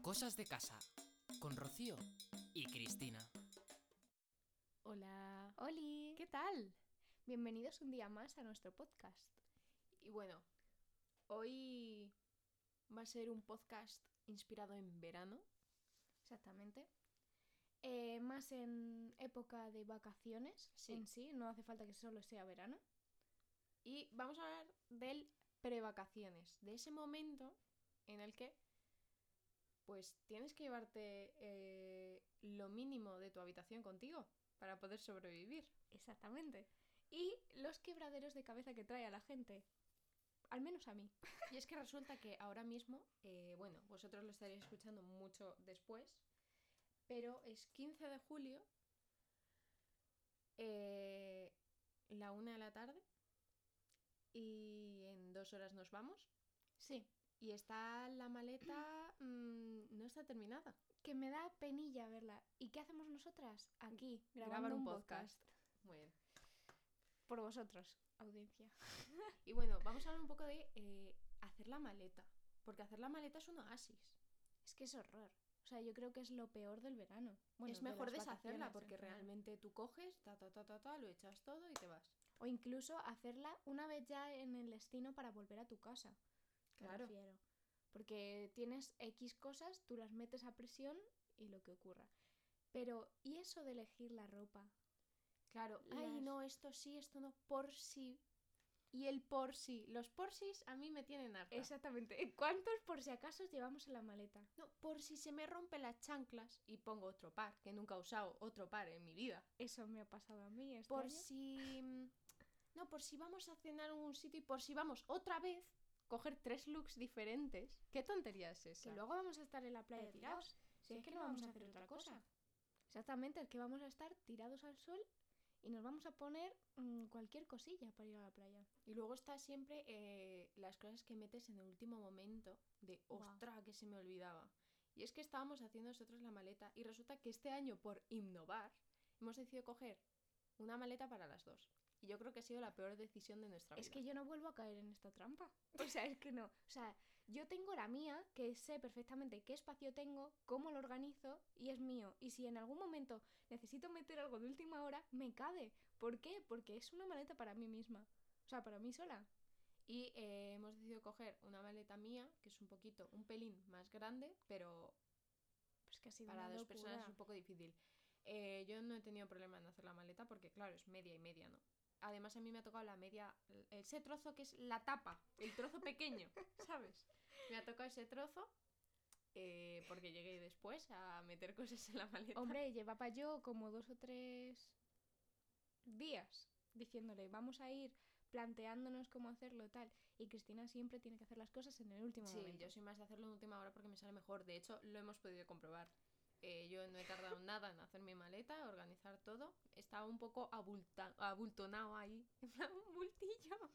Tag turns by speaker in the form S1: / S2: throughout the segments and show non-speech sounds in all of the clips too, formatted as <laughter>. S1: Cosas de casa con Rocío y Cristina.
S2: Hola.
S3: ¡Holi!
S2: ¿Qué tal?
S3: Bienvenidos un día más a nuestro podcast.
S2: Y bueno, hoy va a ser un podcast inspirado en verano.
S3: Exactamente. Eh, más en época de vacaciones
S2: Sí.
S3: en sí, no hace falta que solo sea verano.
S2: Y vamos a hablar del prevacaciones, de ese momento en el que pues tienes que llevarte eh, lo mínimo de tu habitación contigo para poder sobrevivir.
S3: Exactamente. Y los quebraderos de cabeza que trae a la gente. Al menos a mí.
S2: <laughs> Y es que resulta que ahora mismo, eh, bueno, vosotros lo estaréis escuchando mucho después, pero es 15 de julio, eh, la una de la tarde, y en dos horas nos vamos.
S3: Sí.
S2: Y está la <clears throat> maleta, mm, no está terminada.
S3: Que me da penilla verla. ¿Y qué hacemos nosotras? Aquí, grabando
S2: Grabar
S3: un,
S2: un
S3: podcast.
S2: podcast. Muy bien.
S3: Por vosotros, audiencia.
S2: Y bueno, vamos a hablar un poco de eh, hacer la maleta, porque hacer la maleta es un oasis.
S3: Es que es horror. O sea, yo creo que es lo peor del verano. Bueno,
S2: es
S3: de
S2: mejor
S3: las
S2: deshacerla
S3: vacaciones,
S2: porque
S3: en general.
S2: realmente tú coges, ta, ta, ta, ta, ta, lo echas todo y te vas.
S3: O incluso hacerla una vez ya en el destino para volver a tu casa. me
S2: Claro.
S3: refiero. Porque tienes X cosas, tú las metes a presión y lo que ocurra. Pero, ¿y eso de elegir la ropa?
S2: Claro, ay,
S3: Las-
S2: no, esto sí, esto no, por sí. Y el por sí. Los por sís a mí me tienen harta.
S3: Exactamente. ¿Cuántos por si acaso llevamos en la maleta?
S2: No, por si se me rompen las chanclas y pongo otro par, que nunca he usado otro par en mi vida.
S3: Eso me ha pasado a mí este
S2: por
S3: año.
S2: si. No, por si vamos a cenar en un sitio y por si vamos otra vez, coger tres looks diferentes. ¿Qué tontería es esa?
S3: Que luego vamos a estar en la playa
S2: Pero
S3: tirados. Si es que no vamos a hacer otra cosa. Exactamente, es que vamos a estar tirados al sol y nos vamos a poner mm, cualquier cosilla para ir a la playa.
S2: Y luego está siempre eh, las cosas que metes en el último momento de
S3: Guau.
S2: ostra que se me olvidaba. Y es que estábamos haciendo nosotros la maleta y resulta que este año por innovar hemos decidido coger una maleta para las dos. Y yo creo que ha sido la peor decisión de nuestra
S3: Es
S2: vida.
S3: que yo no vuelvo a caer en esta trampa. <laughs> O sea, es que no. O sea, yo tengo la mía, que sé perfectamente qué espacio tengo, cómo lo organizo y es mío. Y si en algún momento necesito meter algo de última hora, me cabe. ¿Por qué? Porque es una maleta para mí misma. O sea, para mí sola.
S2: Y eh, hemos decidido coger una maleta mía, que es un poquito, un pelín más grande, pero
S3: Pues que ha sido
S2: para
S3: una
S2: dos
S3: locura.
S2: personas es un poco difícil. Eh, yo no he tenido problema en hacer la maleta porque, claro, es media y media, ¿no? Además, a mí me ha tocado la media, ese trozo que es la tapa, el trozo pequeño, <laughs> ¿sabes? Me ha tocado ese trozo eh, porque llegué después a meter cosas en la maleta.
S3: Hombre, llevaba yo como dos o tres días diciéndole, vamos a ir planteándonos cómo hacerlo tal. Y Cristina siempre tiene que hacer las cosas en el último
S2: sí,
S3: momento.
S2: yo soy más de hacerlo en última hora porque me sale mejor. De hecho, lo hemos podido comprobar. Eh, yo no he
S3: <laughs>
S2: tardado nada en hacer mi maleta, organizar todo. Estaba un poco abulta- abultonado ahí, <laughs> en plan, un bultillo.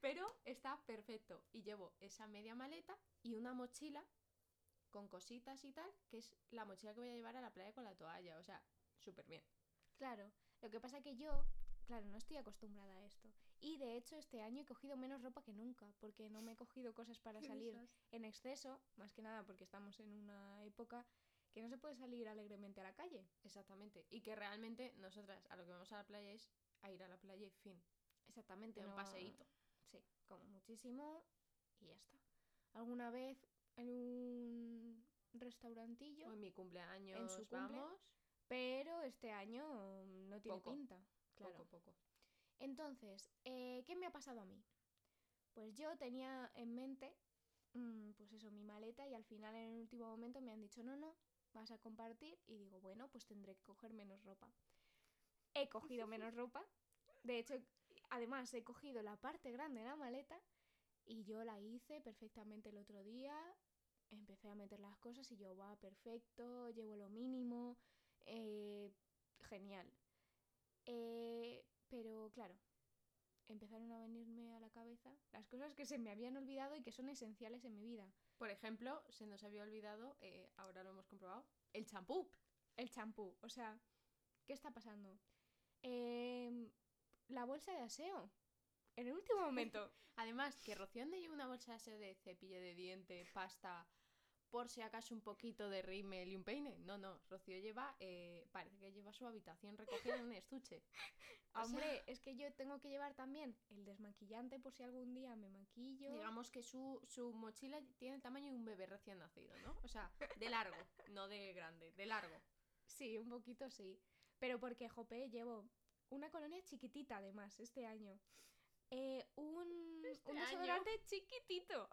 S2: Pero está perfecto. Y llevo esa media maleta y una mochila con cositas y tal, que es la mochila que voy a llevar a la playa con la toalla. O sea, súper bien.
S3: Claro, lo que pasa que yo, claro, no estoy acostumbrada a esto. Y de hecho este año he cogido menos ropa que nunca, porque no me he cogido cosas para
S2: <laughs> Qué
S3: salir
S2: desastre.
S3: en exceso, más que nada porque estamos en una época que no se puede salir alegremente a la calle.
S2: Exactamente. Y que realmente nosotras a lo que vamos a la playa es a ir a la playa y fin.
S3: Exactamente,
S2: De un paseíto.
S3: Sí, como muchísimo y ya está. Alguna vez en un restaurantillo,
S2: O en mi cumpleaños
S3: en su cumple,
S2: vamos.
S3: pero este año no tiene
S2: Poco.
S3: pinta. Claro.
S2: Poco, poco.
S3: Entonces, eh, ¿qué me ha pasado a mí? Pues yo tenía en mente, mm, pues eso, mi maleta y al final en el último momento me han dicho, no, no, vas a compartir y digo, bueno, pues tendré que coger menos ropa. He cogido menos ropa, de hecho, además he cogido la parte grande de la maleta y yo la hice perfectamente el otro día, empecé a meter las cosas y yo, va, perfecto, llevo lo mínimo, eh, genial. Eh, pero claro, empezaron a venirme a la cabeza las cosas que se me habían olvidado y que son esenciales en mi vida.
S2: Por ejemplo, se nos había olvidado, eh, ahora lo hemos comprobado, el champú.
S3: El champú, o sea, ¿qué está pasando? Eh, la bolsa de aseo. En el
S2: <laughs>
S3: último momento.
S2: Además, que Rocío anda lleva una bolsa de aseo de cepillo de diente, pasta, por si acaso un poquito de rímel y un peine. No, no, Rocío lleva, eh, parece que lleva su habitación recogida en un estuche. O sea,
S3: Hombre, es que yo tengo que llevar también el desmaquillante por si algún día me maquillo.
S2: digamos que su, su mochila tiene el tamaño de un bebé recién nacido, ¿no? O sea, de largo, no de grande,
S3: <laughs>
S2: de largo.
S3: Sí, un poquito sí. Pero porque, jope, llevo una colonia chiquitita además este año. Eh, un, un
S2: Este año.
S3: desodorante chiquitito.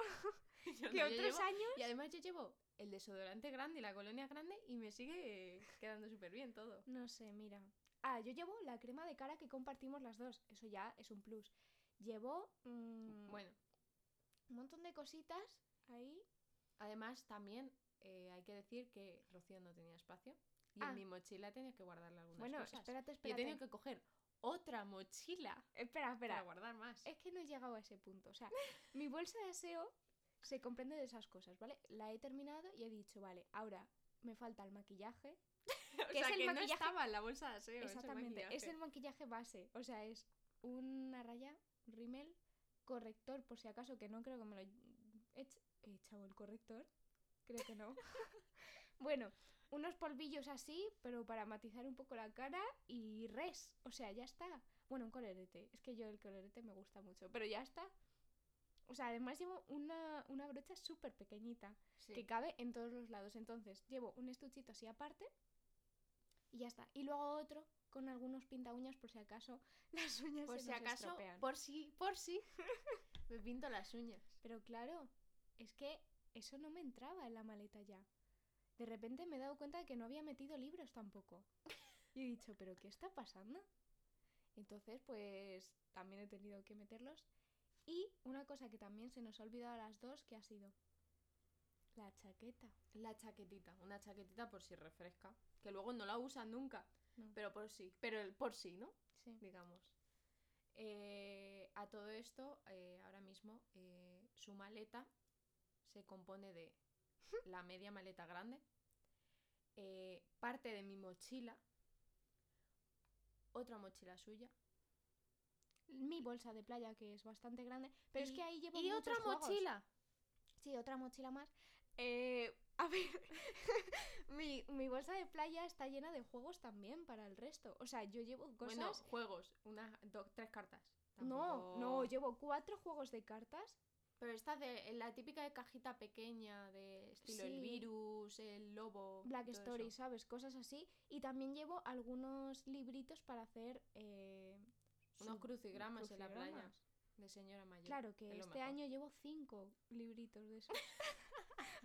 S2: Yo
S3: Que
S2: no, yo
S3: otros
S2: llevo-
S3: años.
S2: <laughs> Y además yo llevo el desodorante grande y la colonia grande y me sigue quedando súper bien todo.
S3: No sé, mira. Ah, yo llevo la crema de cara que compartimos las dos. Eso ya es un plus. Llevo mm,
S2: Bueno,
S3: un montón de cositas ahí.
S2: además también eh, hay que decir que Rocío no tenía espacio y
S3: Ah.
S2: en mi mochila tenía que guardarle algunas
S3: Bueno,
S2: cosas.
S3: espérate,
S2: Y he
S3: espérate.
S2: tenido que coger otra mochila
S3: Espera,
S2: para
S3: espera.
S2: guardar más.
S3: Es que no he llegado a ese punto. O sea, <laughs> mi bolsa de aseo se comprende de esas cosas, ¿vale? La he terminado y he dicho, vale, ahora me falta el maquillaje.
S2: <laughs> o
S3: que es
S2: sea,
S3: el
S2: que no
S3: maquillaje-
S2: estaba en la bolsa de aseo. ese
S3: Exactamente, es
S2: maquillaje.
S3: el maquillaje base. O sea, es una raya, un rímel, corrector, por si acaso, que no creo que me lo he ech- he echado el corrector. Creo que no. <laughs> bueno, unos polvillos así, pero para matizar un poco la cara y res. O sea, ya está. Bueno, un colorete. Es que yo el colorete me gusta mucho, pero ya está. O sea, además llevo una, una brocha súper pequeñita
S2: Sí.
S3: que cabe en todos los lados. Entonces, llevo un estuchito así aparte y ya está. Y luego otro con algunos pinta uñas por si acaso <laughs> las uñas
S2: Por
S3: se
S2: si
S3: nos
S2: acaso,
S3: estropean.
S2: por si,
S3: <laughs>
S2: por si, me pinto las uñas.
S3: Pero claro, es que eso no me entraba en la maleta ya. De repente me he dado cuenta de que no había metido libros
S2: <laughs>
S3: tampoco. Y he dicho, ¿pero qué está pasando? Entonces, pues también he tenido que meterlos. Y una cosa que también se nos ha olvidado a las dos, que ha sido la chaqueta.
S2: La chaquetita, una chaquetita por si refresca, que luego no la usan nunca,
S3: No.
S2: pero por sí, pero el por sí, ¿no?
S3: Sí.
S2: Digamos. Eh, a todo esto, eh, ahora mismo, eh, su maleta se compone <laughs> de la media maleta grande, eh, parte de mi mochila, otra mochila suya
S3: mi bolsa de playa que es bastante grande, pero es
S2: Y-
S3: que ahí llevo
S2: y
S3: muchos
S2: otra
S3: juegos.
S2: mochila.
S3: Sí, otra mochila más. Eh, a ver, <laughs> mi, mi bolsa de playa está llena de juegos también para el resto. O sea, yo llevo cosas.
S2: Bueno, juegos, unas dos, tres cartas.
S3: no,
S2: Tampoco-
S3: no, llevo cuatro juegos de cartas.
S2: Pero esta de la típica de cajita pequeña de estilo
S3: Sí.
S2: el virus, el lobo.
S3: Black
S2: todo eso.
S3: Story, ¿sabes? Cosas así. Y también llevo algunos libritos para hacer. eh,
S2: Unos
S3: sud-
S2: crucigramas en la playa
S3: crucigramas.
S2: de señora mayor.
S3: Claro que
S2: es lo
S3: este
S2: mejor.
S3: año llevo cinco libritos <laughs> de eso.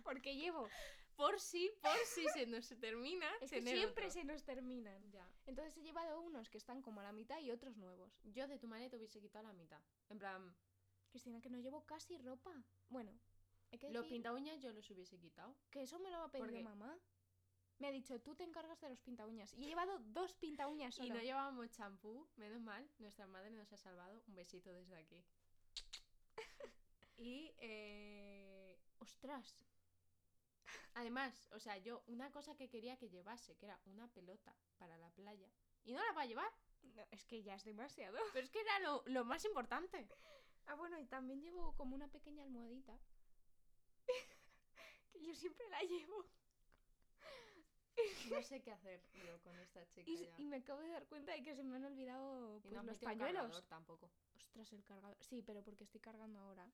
S3: Porque llevo.
S2: Por si, por si se nos <laughs> termina.
S3: Es que
S2: tener
S3: siempre
S2: otro.
S3: se nos terminan.
S2: Ya.
S3: Entonces he llevado unos que están como a la mitad y otros nuevos.
S2: Yo de tu maleta hubiese quitado la mitad. En plan,
S3: Cristina, que no llevo casi ropa. Bueno, hay que
S2: los
S3: decir
S2: pintauñas yo los hubiese quitado.
S3: que eso me lo ha pedido
S2: Porque-
S3: mamá. Me ha dicho, tú te encargas de los pintauñas. Y he llevado dos <laughs> pintauñas
S2: Y
S3: solo.
S2: no llevábamos champú, menos mal, nuestra madre nos ha salvado. Un besito desde aquí. Y eh,
S3: Ostras,
S2: Además, o sea, yo una cosa que quería que llevase, que era una pelota para la playa. Y no la va a llevar, <laughs>
S3: no, es que ya es demasiado.
S2: pero es que era lo, lo más importante.
S3: Ah, bueno, y también llevo como una pequeña almohadita. <laughs> que yo siempre la llevo.
S2: No sé qué hacer yo con esta chica
S3: Y,
S2: ya.
S3: y me acabo de dar cuenta de que se me han olvidado
S2: Y
S3: pues,
S2: no has
S3: los
S2: metido
S3: pañuelos.
S2: cargador tampoco.
S3: Ostras, el cargador. Sí, pero porque estoy cargando ahora.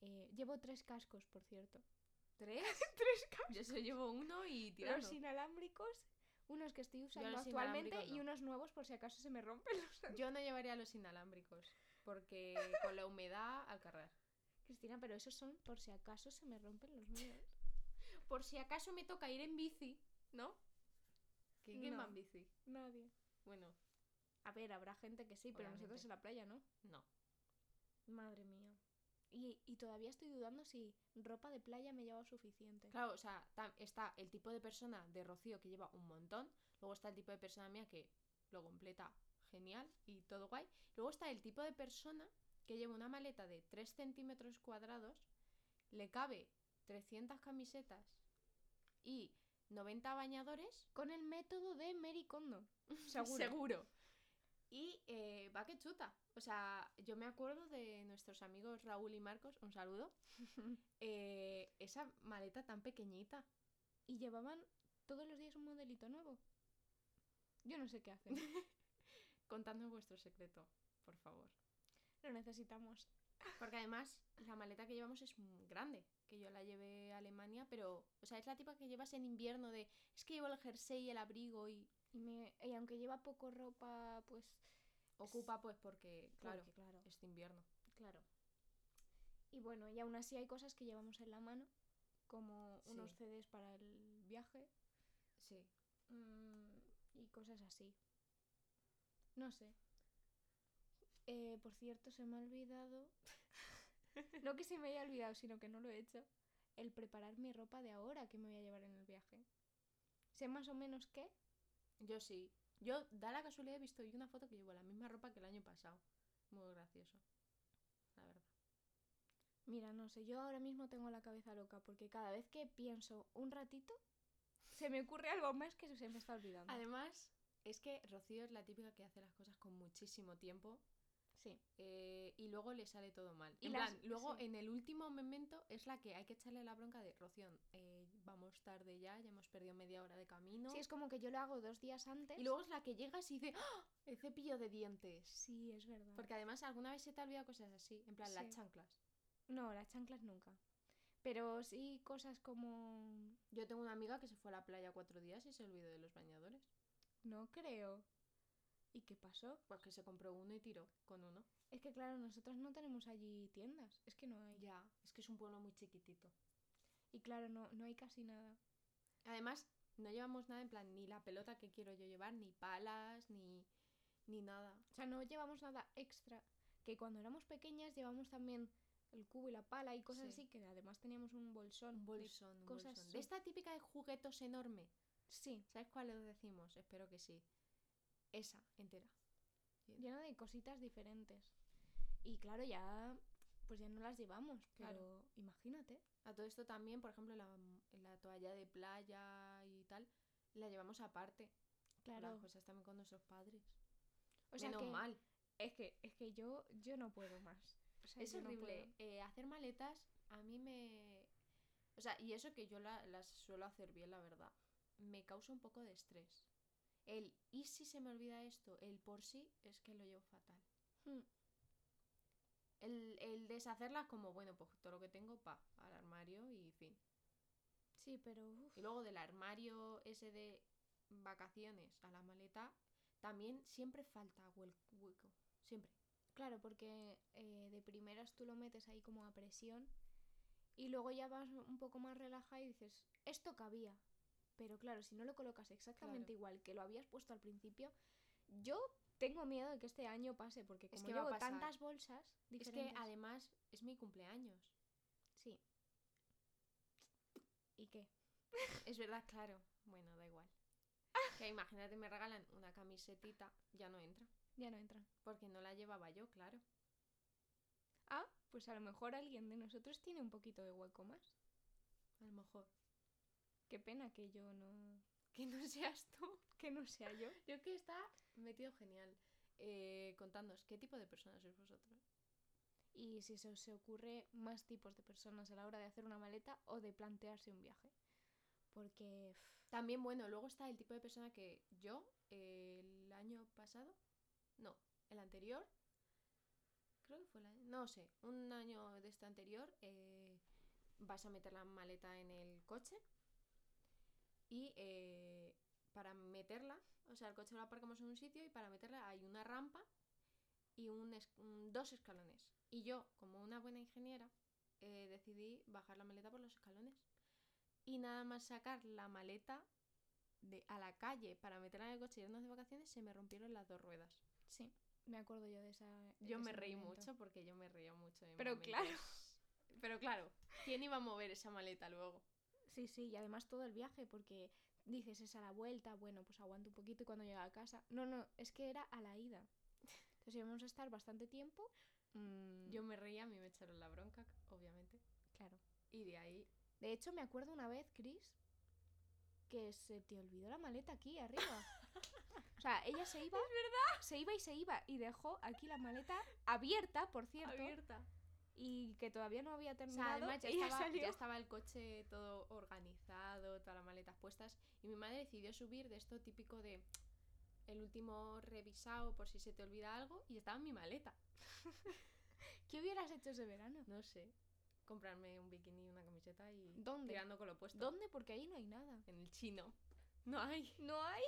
S3: Eh, llevo tres cascos, por cierto. <laughs>
S2: ¿Tres? <laughs>
S3: Tres cascos.
S2: Yo solo llevo uno y tirando.
S3: Los inalámbricos, unos que estoy usando
S2: los
S3: actualmente
S2: inalámbricos
S3: y
S2: no.
S3: unos nuevos por si acaso se me rompen <laughs> los
S2: Yo no llevaría los inalámbricos, porque con la humedad al cargar.
S3: Cristina, pero esos son por si acaso se me rompen los
S2: <laughs>
S3: nuevos.
S2: Por si acaso me toca ir en bici, ¿no? ¿Quién quién
S3: No.
S2: va en bici?
S3: Nadie.
S2: Bueno,
S3: A ver, habrá gente que sí, pero nosotros
S2: Obviamente.
S3: en la playa, ¿no?
S2: no.
S3: Madre mía. Y, y todavía estoy dudando si ropa de playa me lleva suficiente.
S2: Claro, o sea, tam- está el tipo de persona de Rocío que lleva un montón, luego está el tipo de persona mía que lo completa genial y todo guay, luego está el tipo de persona que lleva una maleta de 3 centímetros cuadrados, le cabe 300 camisetas y 90 bañadores, <laughs>
S3: Con el método de Mary Kondo. Seguro.
S2: seguro. Y eh, va que chuta. O sea, yo me acuerdo de nuestros amigos Raúl y Marcos, un
S3: <laughs>
S2: saludo. eh, esa maleta tan pequeñita.
S3: Y llevaban todos los días un modelito nuevo. Yo no sé qué hacen.
S2: <laughs> Contadnos vuestro secreto, por favor.
S3: Lo necesitamos.
S2: Porque además, la maleta que llevamos es muy grande. Que yo la llevé a Alemania, pero. O sea, es la típica que llevas en invierno de. Es que llevo el jersey y el abrigo y.
S3: Y, me- y aunque lleva poco ropa, pues...
S2: Ocupa, pues, porque. Claro,
S3: porque, claro,
S2: es de invierno.
S3: claro. Y bueno, y aún así hay cosas que llevamos en la mano, como
S2: Sí.
S3: unos CDs para el viaje
S2: Sí.
S3: mm, y cosas así. No sé. Eh, por cierto, se me ha olvidado... <laughs> no que se me haya olvidado, sino que no lo he hecho. El preparar mi ropa de ahora que me voy a llevar en el viaje. Sé más o menos qué,
S2: Yo sí. Yo, da la casualidad, he visto hoy una foto que llevo la misma ropa que el año pasado. Muy gracioso. La verdad.
S3: Mira, no sé, yo ahora mismo tengo la cabeza loca porque cada vez que pienso un ratito, se me ocurre algo más que se me está olvidando.
S2: Además, es que Rocío es la típica que hace las cosas con muchísimo tiempo
S3: sí.
S2: eh, y luego le sale todo mal.
S3: Y
S2: en
S3: las-
S2: plan, luego
S3: sí.
S2: en el último momento es la que hay que echarle la bronca de Rocío, eh, vamos tarde ya, ya hemos perdido media hora de camino.
S3: Sí, es como que yo lo hago dos días antes.
S2: Y luego es la que llegas y dice, ¡Ah! el cepillo de dientes.
S3: Sí, es verdad.
S2: Porque además alguna vez se te ha olvidado cosas así, en plan
S3: Sí.
S2: las chanclas.
S3: No, las chanclas nunca. Pero sí cosas como...
S2: Yo tengo una amiga que se fue a la playa cuatro días y se olvidó de los bañadores.
S3: No creo. ¿Y qué pasó?
S2: Pues que se compró uno y tiró con uno.
S3: Es que claro, nosotros no tenemos allí tiendas. Es que no hay.
S2: Ya, es que es un pueblo muy chiquitito.
S3: Y claro, no, no hay casi nada.
S2: Además, no llevamos nada en plan, ni la pelota que quiero yo llevar, ni palas, ni, ni nada.
S3: O sea, no llevamos nada extra. Que cuando éramos pequeñas llevamos también el cubo y la pala y cosas
S2: Sí.
S3: así, que además teníamos un bolsón. de-
S2: Un bolsón, un
S3: cosas
S2: bolsón.
S3: su-
S2: De esta típica de juguetos enorme.
S3: Sí,
S2: ¿Sabes cuál os decimos? Espero que sí. Esa, entera.
S3: lleno de cositas diferentes. Y claro, ya pues ya no las llevamos, pero
S2: Claro.
S3: imagínate.
S2: A todo esto también, por ejemplo, la, la toalla de playa y tal, la llevamos aparte.
S3: Claro.
S2: Las cosas también con nuestros padres.
S3: O sea,
S2: Menos
S3: que,
S2: mal.
S3: es que es que yo yo no puedo más. O sea,
S2: Es
S3: yo no
S2: horrible.
S3: puedo.
S2: Eh, hacer maletas a mí me... O sea, y eso que yo la- las suelo hacer bien, la verdad. Me causa un poco de estrés. El y si se me olvida esto, el por sí, es que lo llevo fatal.
S3: Hmm.
S2: El, el deshacerlas como, bueno, pues todo lo que tengo, pa, al armario y fin.
S3: Sí, pero uf,
S2: Y luego del armario ese de vacaciones a la maleta, también siempre falta huel- hueco. Siempre.
S3: claro, porque eh, de primeras tú lo metes ahí como a presión y luego ya vas un poco más relajada y dices, esto cabía. Pero claro, si no lo colocas exactamente
S2: Claro.
S3: igual que lo habías puesto al principio, yo tengo miedo de que este año pase porque como
S2: que va a
S3: llevo
S2: pasar.
S3: tantas bolsas
S2: Es
S3: diferentes,
S2: que además es mi cumpleaños.
S3: sí. ¿Y qué?
S2: Es verdad, claro. Bueno, da igual. Que imagínate, me regalan una camisetita, ya no entra.
S3: Ya no entra.
S2: Porque no la llevaba yo, claro.
S3: Ah, pues a lo mejor alguien de nosotros tiene un poquito de hueco más.
S2: A lo mejor.
S3: Qué pena que yo no
S2: Que no seas tú.
S3: que no sea yo.
S2: Yo que está metido genial. Eh, contadnos, ¿qué tipo de personas sois vosotros?
S3: y si se os ocurre más tipos de personas a la hora de hacer una maleta o de plantearse un viaje. Porque pff,
S2: También, bueno, luego está el tipo de persona que yo, eh, el año pasado, no, el anterior, creo que fue el año, no sé, un año de este anterior, eh, vas a meter la maleta en el coche y eh, para meterla, o sea, el coche lo aparcamos en un sitio y para meterla hay una rampa y un es- un- dos escalones. Y yo, como una buena ingeniera, eh, decidí bajar la maleta por los escalones. Y nada más sacar la maleta de, a la calle para meterla en el coche y irnos de vacaciones, se me rompieron las dos ruedas.
S3: sí, me acuerdo yo de esa. de
S2: Yo me
S3: ese
S2: reí
S3: momento.
S2: mucho porque yo me reía mucho. en
S3: Pero
S2: momentos.
S3: claro. <laughs>
S2: <laughs> Pero claro, ¿quién iba a mover esa maleta luego?
S3: Sí, sí, y además todo el viaje, porque dices es a la vuelta, bueno, pues aguanto un poquito y cuando llega a casa. No, no, es que era a la
S2: <laughs>
S3: ida. Entonces íbamos a estar bastante tiempo. mm,
S2: Yo me reía, a mí me echaron la bronca, obviamente.
S3: claro.
S2: Y de ahí,
S3: De hecho, me acuerdo una vez, Chris, que se te olvidó la maleta aquí arriba. O sea, ella se iba, se iba y se iba y dejó aquí la maleta abierta, por cierto,
S2: Abierta.
S3: y que todavía no había
S2: O sea,
S3: terminado.
S2: además ya
S3: y ella
S2: estaba,
S3: salió.
S2: ya estaba el coche todo organizado, todas las maletas puestas. Y mi madre decidió subir de esto típico de el último revisado por si se te olvida algo. Y estaba en mi maleta.
S3: ¿Qué hubieras hecho ese verano?
S2: No sé. Comprarme un bikini, una camiseta y
S3: ¿Dónde?
S2: tirando con lo puesto.
S3: ¿Dónde? Porque ahí no hay nada.
S2: En el chino. No hay.
S3: No hay.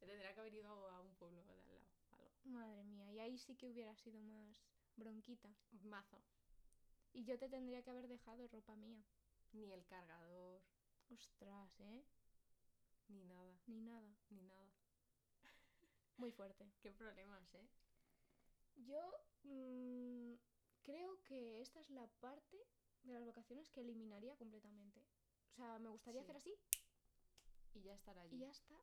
S2: Me Tendría que haber ido a un pueblo de al lado. Algo.
S3: Madre mía, y ahí sí que hubiera sido más bronquita.
S2: Mazo.
S3: Y yo te tendría que haber dejado ropa mía.
S2: Ni el cargador,
S3: Ostras, ¿eh?
S2: ni nada,
S3: Ni nada.
S2: ni nada.
S3: Muy fuerte.
S2: Qué problemas, ¿eh?
S3: Yo mm, creo que esta es la parte de las vacaciones que eliminaría completamente. O sea, me gustaría
S2: Sí. Mm.
S3: hacer así
S2: Y ya estar allí.
S3: y ya está.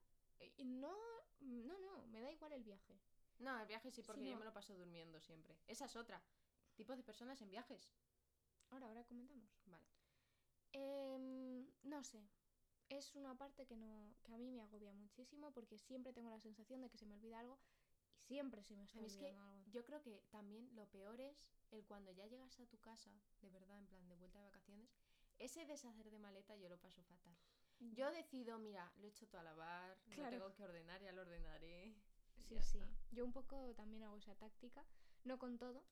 S3: Y no, mm, no, no, me da igual el viaje.
S2: No, el viaje sí, porque
S3: Sí,
S2: yo
S3: no.
S2: me lo paso durmiendo siempre. Esa es otra. Tipos de personas en viajes.
S3: Ahora, ahora comentamos.
S2: Vale.
S3: Em, no sé. Es una parte que no que a mí me agobia muchísimo porque siempre tengo la sensación de que se me olvida algo y siempre se me está
S2: A mí es que-
S3: olvidando algo.
S2: Yo creo que también lo peor es el cuando ya llegas a tu casa, de verdad, en plan de vuelta de vacaciones, ese deshacer de maleta yo lo paso fatal. Yo decido, mira, lo he hecho todo a lavar,
S3: Claro.
S2: lo tengo que ordenar, ya lo ordenaré. y
S3: sí,
S2: ya
S3: sí.
S2: está.
S3: Yo un poco también hago esa táctica, no con todo.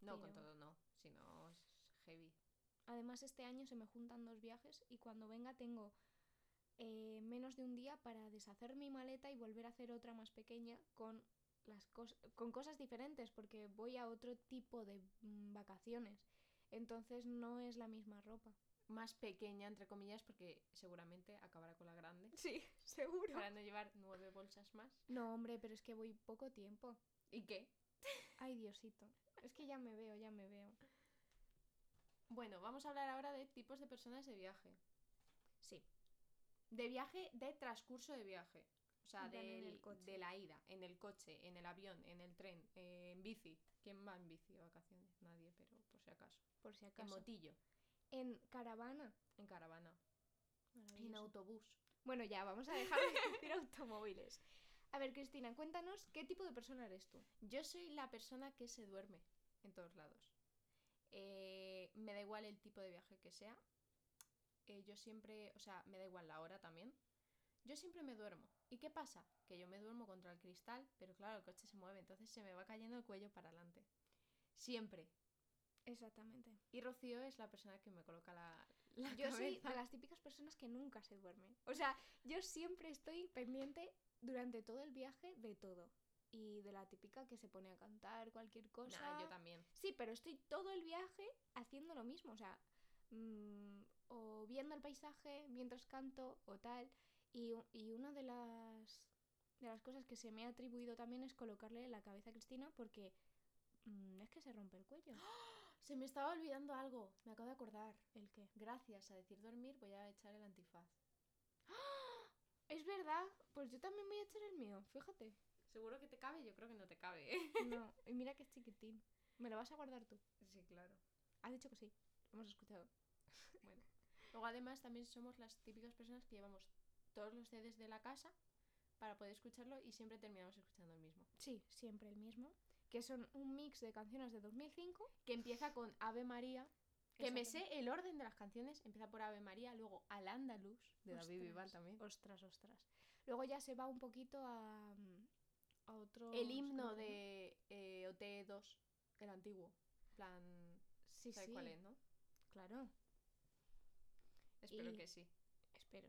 S2: No, con
S3: Pero-
S2: todo no, si no es heavy.
S3: Además este año se me juntan dos viajes y cuando venga tengo eh, menos de un día para deshacer mi maleta y volver a hacer otra más pequeña con las cos- con cosas diferentes porque voy a otro tipo de mm, vacaciones. Entonces no es la misma ropa.
S2: Más pequeña, entre comillas, porque seguramente acabará con la <laughs> grande.
S3: Sí, <laughs> seguro.
S2: Para no llevar nueve bolsas más.
S3: No, hombre, pero es que voy poco tiempo.
S2: ¿Y qué?
S3: Ay, Diosito. Es que ya me veo, ya me veo.
S2: Bueno, vamos a hablar ahora de tipos de personas de viaje. Sí. De viaje, de transcurso de viaje. O sea,
S3: En plan, en
S2: del-
S3: el coche.
S2: de la ida, en el coche, en el avión, en el tren, eh, en bici. ¿Quién va en bici de vacaciones? Nadie, pero por si acaso.
S3: Por si
S2: En
S3: acaso.
S2: motillo,
S3: En, caravana.
S2: en caravana, en
S3: Maravilloso.
S2: autobús.
S3: Bueno, ya, vamos a dejar de decir automóviles. A ver, Cristina, cuéntanos qué tipo de persona eres tú.
S2: Yo soy la persona que se duerme en todos lados. Eh, me da igual el tipo de viaje que sea. Eh, yo siempre, o sea, me da igual la hora también. Yo siempre me duermo. ¿Y qué pasa? Que yo me duermo contra el cristal, pero claro, el coche se mueve, entonces se me va cayendo el cuello para adelante. Siempre.
S3: Exactamente.
S2: Y Rocío es la persona que me coloca la, la
S3: Yo soy
S2: cabeza.
S3: de las típicas personas que nunca se duermen. O sea, yo siempre estoy pendiente durante todo el viaje de todo. Y de la típica que se pone a cantar cualquier cosa.
S2: Nah, yo también.
S3: Sí, pero estoy todo el viaje haciendo lo mismo, o sea, mm, o viendo el paisaje mientras canto o tal. Y, u- y una de las, de las cosas que se me ha atribuido también es colocarle la cabeza a Cristina porque mm, es que se rompe el cuello.
S2: Se me estaba olvidando algo, me acabo de acordar.
S3: ¿El qué?
S2: Gracias a decir dormir voy a echar el antifaz.
S3: <gasps> Es verdad, pues yo también voy a echar el mío, fíjate.
S2: Seguro que te cabe, yo creo que no te cabe. ¿eh?
S3: No, y mira que es chiquitín. Me lo vas a guardar tú.
S2: Sí, claro.
S3: Has dicho que sí, lo hemos escuchado.
S2: Luego además también somos las típicas personas que llevamos todos los CDs de la casa para poder escucharlo y siempre terminamos escuchando el mismo.
S3: Sí, siempre el mismo. Que son un mix de canciones de 2005.
S2: Que empieza con Ave María, que me
S3: Exactamente.
S2: sé el orden de las canciones, empieza por Ave María, luego Al Andaluz de David Bisbal
S3: Ostras,
S2: también.
S3: Ostras, ostras. Luego ya se va un poquito a, mm, a otro.
S2: El himno de eh, OT2, el antiguo. plan,
S3: Sí,
S2: ¿sabes
S3: sí.
S2: cuál es, no?
S3: Claro,
S2: Espero
S3: Y-
S2: que sí.
S3: espero.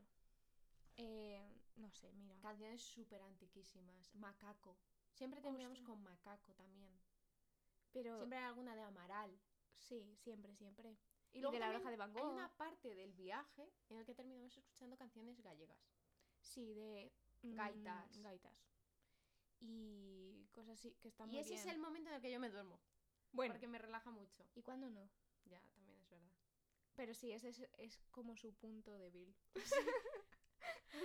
S3: Eh, no sé, mira.
S2: Canciones súper antiquísimas. Macaco. Siempre terminamos
S3: Ostras.
S2: con Macaco también.
S3: Pero
S2: Siempre hay alguna de Amaral.
S3: sí, siempre, siempre.
S2: Y,
S3: Y
S2: luego
S3: de la
S2: también
S3: oreja de Van
S2: Hay
S3: Gogh.
S2: una parte del viaje en el que terminamos escuchando canciones gallegas.
S3: Sí, de mm,
S2: Gaitas.
S3: Gaitas. Y cosas así que están
S2: y
S3: muy
S2: ese es
S3: bien.
S2: el momento en el que yo me duermo.
S3: Bueno,
S2: Porque me relaja mucho.
S3: ¿y cuándo no?
S2: Ya, también es verdad.
S3: Pero sí, ese es, es como su punto débil. <laughs>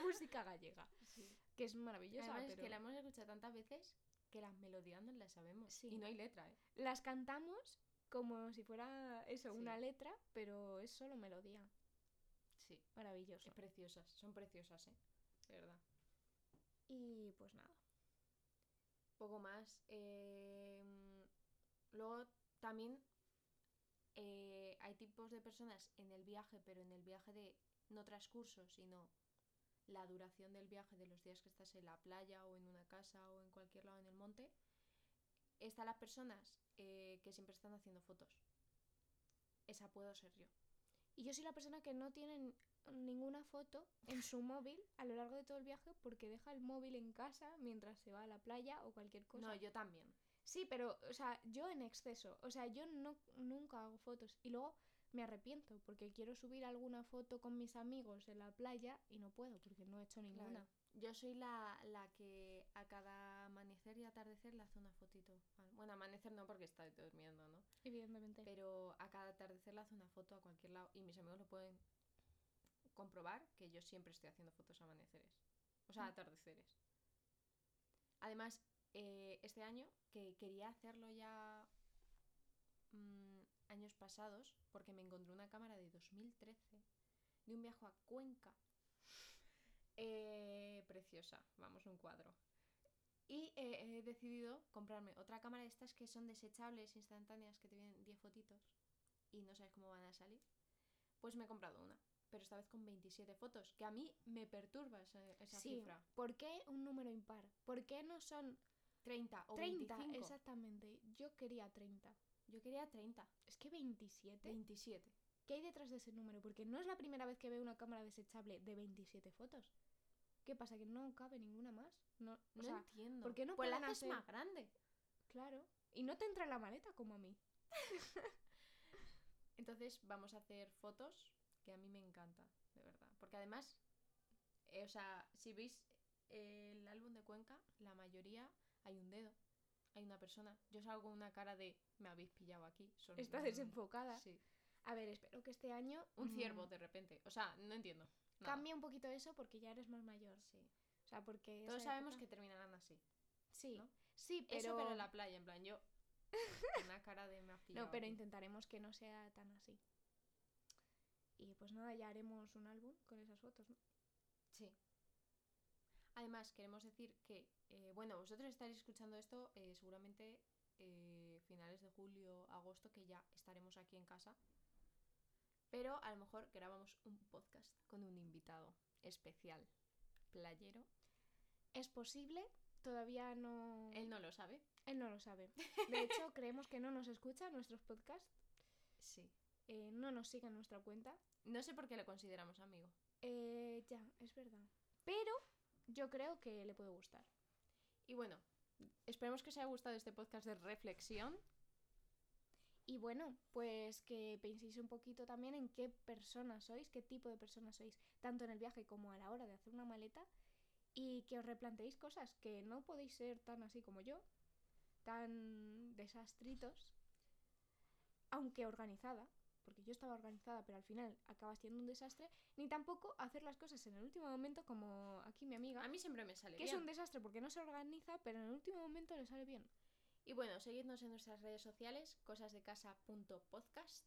S3: Música gallega. Que es maravillosa,
S2: Además, es
S3: pero
S2: que la hemos escuchado tantas veces que las melodías no las sabemos.
S3: Sí.
S2: Y no hay letra, ¿eh?
S3: las cantamos como si fuera eso,
S2: Sí.
S3: una letra, pero es solo melodía.
S2: Sí,
S3: Maravilloso.
S2: es preciosas, son preciosas, ¿eh? De verdad.
S3: Y pues nada.
S2: Poco más. eh, luego también eh, hay tipos de personas en el viaje, pero en el viaje de no transcurso, sino la duración del viaje de los días que estás en la playa o en una casa o en cualquier lado en el monte. Están las personas eh, que siempre están haciendo fotos. Esa puedo ser yo.
S3: Y yo soy la persona que no tiene n- ninguna foto en su <laughs> móvil a lo largo de todo el viaje porque deja el móvil en casa mientras se va a la playa o cualquier cosa.
S2: No, yo también.
S3: Sí, pero, o sea, yo en exceso. O sea, yo no, nunca hago fotos. Y luego me arrepiento porque quiero subir alguna foto con mis amigos en la playa y no puedo porque no he hecho ninguna.
S2: Claro. Yo soy la, la que a cada amanecer y atardecer le hace una fotito. al- Bueno, amanecer no porque está durmiendo, ¿no?
S3: Evidentemente.
S2: Pero a cada atardecer le hace una foto a cualquier lado y mis amigos lo pueden comprobar que yo siempre estoy haciendo fotos a amaneceres. O sea,
S3: Mm.
S2: atardeceres. Además, eh, este año, que quería hacerlo ya mm, años pasados, porque me encontré una cámara de 2013 de un viaje a Cuenca. Eh, preciosa, vamos, un cuadro. Y eh, he decidido comprarme otra cámara de estas que son desechables, instantáneas, que te vienen 10 fotitos y no sabes cómo van a salir. Pues me he comprado una, pero esta vez con 27 fotos, que a mí me perturba esa, esa
S3: Sí.
S2: cifra.
S3: ¿Por qué un número impar? ¿Por qué no son
S2: 30 o
S3: 30?
S2: 25.
S3: Exactamente. Yo quería 30.
S2: Yo quería 30.
S3: Es que 27.
S2: 27.
S3: ¿Qué hay detrás de ese número? Porque no es la primera vez que veo una cámara desechable de 27 fotos. ¿Qué pasa? ¿Que no cabe ninguna más? No, o
S2: No
S3: sea,
S2: entiendo.
S3: ¿por qué no
S2: pues la
S3: pueden
S2: haces
S3: hacer-
S2: más grande?
S3: claro. Y no te entra en la maleta como a mí.
S2: Entonces vamos a hacer fotos que a mí me encanta, de verdad. Porque además, eh, o sea, si veis el álbum de Cuenca, la mayoría hay un dedo, hay una persona. Yo salgo con una cara de me habéis pillado aquí. son-
S3: Está desenfocada.
S2: Mm, Sí.
S3: A ver, espero que este año...
S2: Un
S3: mm,
S2: ciervo de repente. O sea, no entiendo. nada.
S3: Cambie un poquito eso porque ya eres más mayor.
S2: Sí.
S3: O sea, porque...
S2: Todos
S3: esa
S2: sabemos
S3: época-
S2: que terminarán así.
S3: Sí,
S2: ¿no?
S3: sí, pero...
S2: Eso, pero en la playa, en plan, yo. Una cara de me has pillado.
S3: No, pero
S2: aquí".
S3: intentaremos que no sea tan así. Y pues nada, ya haremos un álbum con esas fotos, ¿no?
S2: Sí. Además, queremos decir que, eh, bueno, vosotros estaréis escuchando esto eh, seguramente eh, finales de julio, agosto, que ya estaremos aquí en casa. Pero a lo mejor grabamos un podcast con un invitado especial, playero.
S3: Es posible, todavía no...
S2: Él no lo sabe.
S3: Él no lo sabe. De hecho, creemos que no nos escucha nuestros podcasts,
S2: Sí.
S3: eh, no nos sigue en nuestra cuenta.
S2: No sé por qué lo consideramos amigo.
S3: Eh, ya, es verdad. Pero yo creo que le puede gustar.
S2: Y bueno, esperemos que os haya gustado este podcast de reflexión.
S3: Y bueno, pues que penséis un poquito también en qué persona sois, qué tipo de persona sois, tanto en el viaje como a la hora de hacer una maleta, y que os replanteéis cosas, que no podéis ser tan así como yo, tan desastritos, aunque organizada, porque yo estaba organizada, pero al final acaba siendo un desastre, ni tampoco hacer las cosas en el último momento como aquí mi amiga,
S2: A mí siempre me sale
S3: que es
S2: bien.
S3: un desastre porque no se organiza, pero en el último momento le sale bien.
S2: Y bueno, seguidnos en nuestras redes sociales, cosasdecasa.podcast.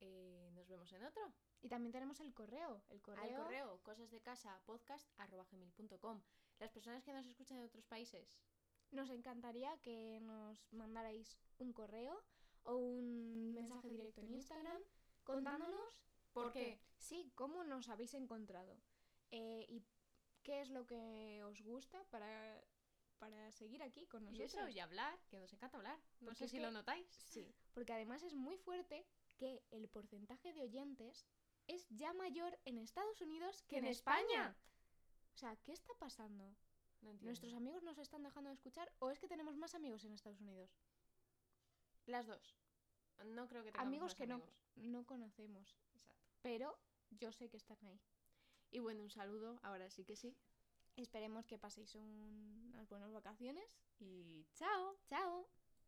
S2: Eh, nos vemos en otro.
S3: Y también tenemos el correo, el correo...
S2: Al correo cosasdecasapodcast.com. Las personas que nos escuchan de otros países.
S3: Nos encantaría que nos mandarais un correo o un mensaje directo en Instagram contándonos,
S2: ¿Por,
S3: qué? sí, cómo nos habéis encontrado eh, y qué es lo que os gusta para, para seguir aquí con
S2: Y
S3: nosotros.
S2: eso, y hablar, que nos encanta hablar. No
S3: Porque
S2: sé
S3: es
S2: si
S3: que-
S2: lo notáis.
S3: Sí, porque además es muy fuerte que el porcentaje de oyentes es ya mayor en Estados Unidos que en, España. O sea, ¿qué está pasando?
S2: No entiendo.
S3: ¿Nuestros amigos nos están dejando de escuchar o es que tenemos más amigos en Estados Unidos?
S2: Las dos. No creo que tengamos
S3: Amigos
S2: más
S3: que no-
S2: amigos.
S3: No conocemos.
S2: Exacto.
S3: pero yo sé que están ahí.
S2: Y bueno, un saludo, ahora sí que sí.
S3: Esperemos que paséis un- unas buenas vacaciones.
S2: Y chao.
S3: Chao.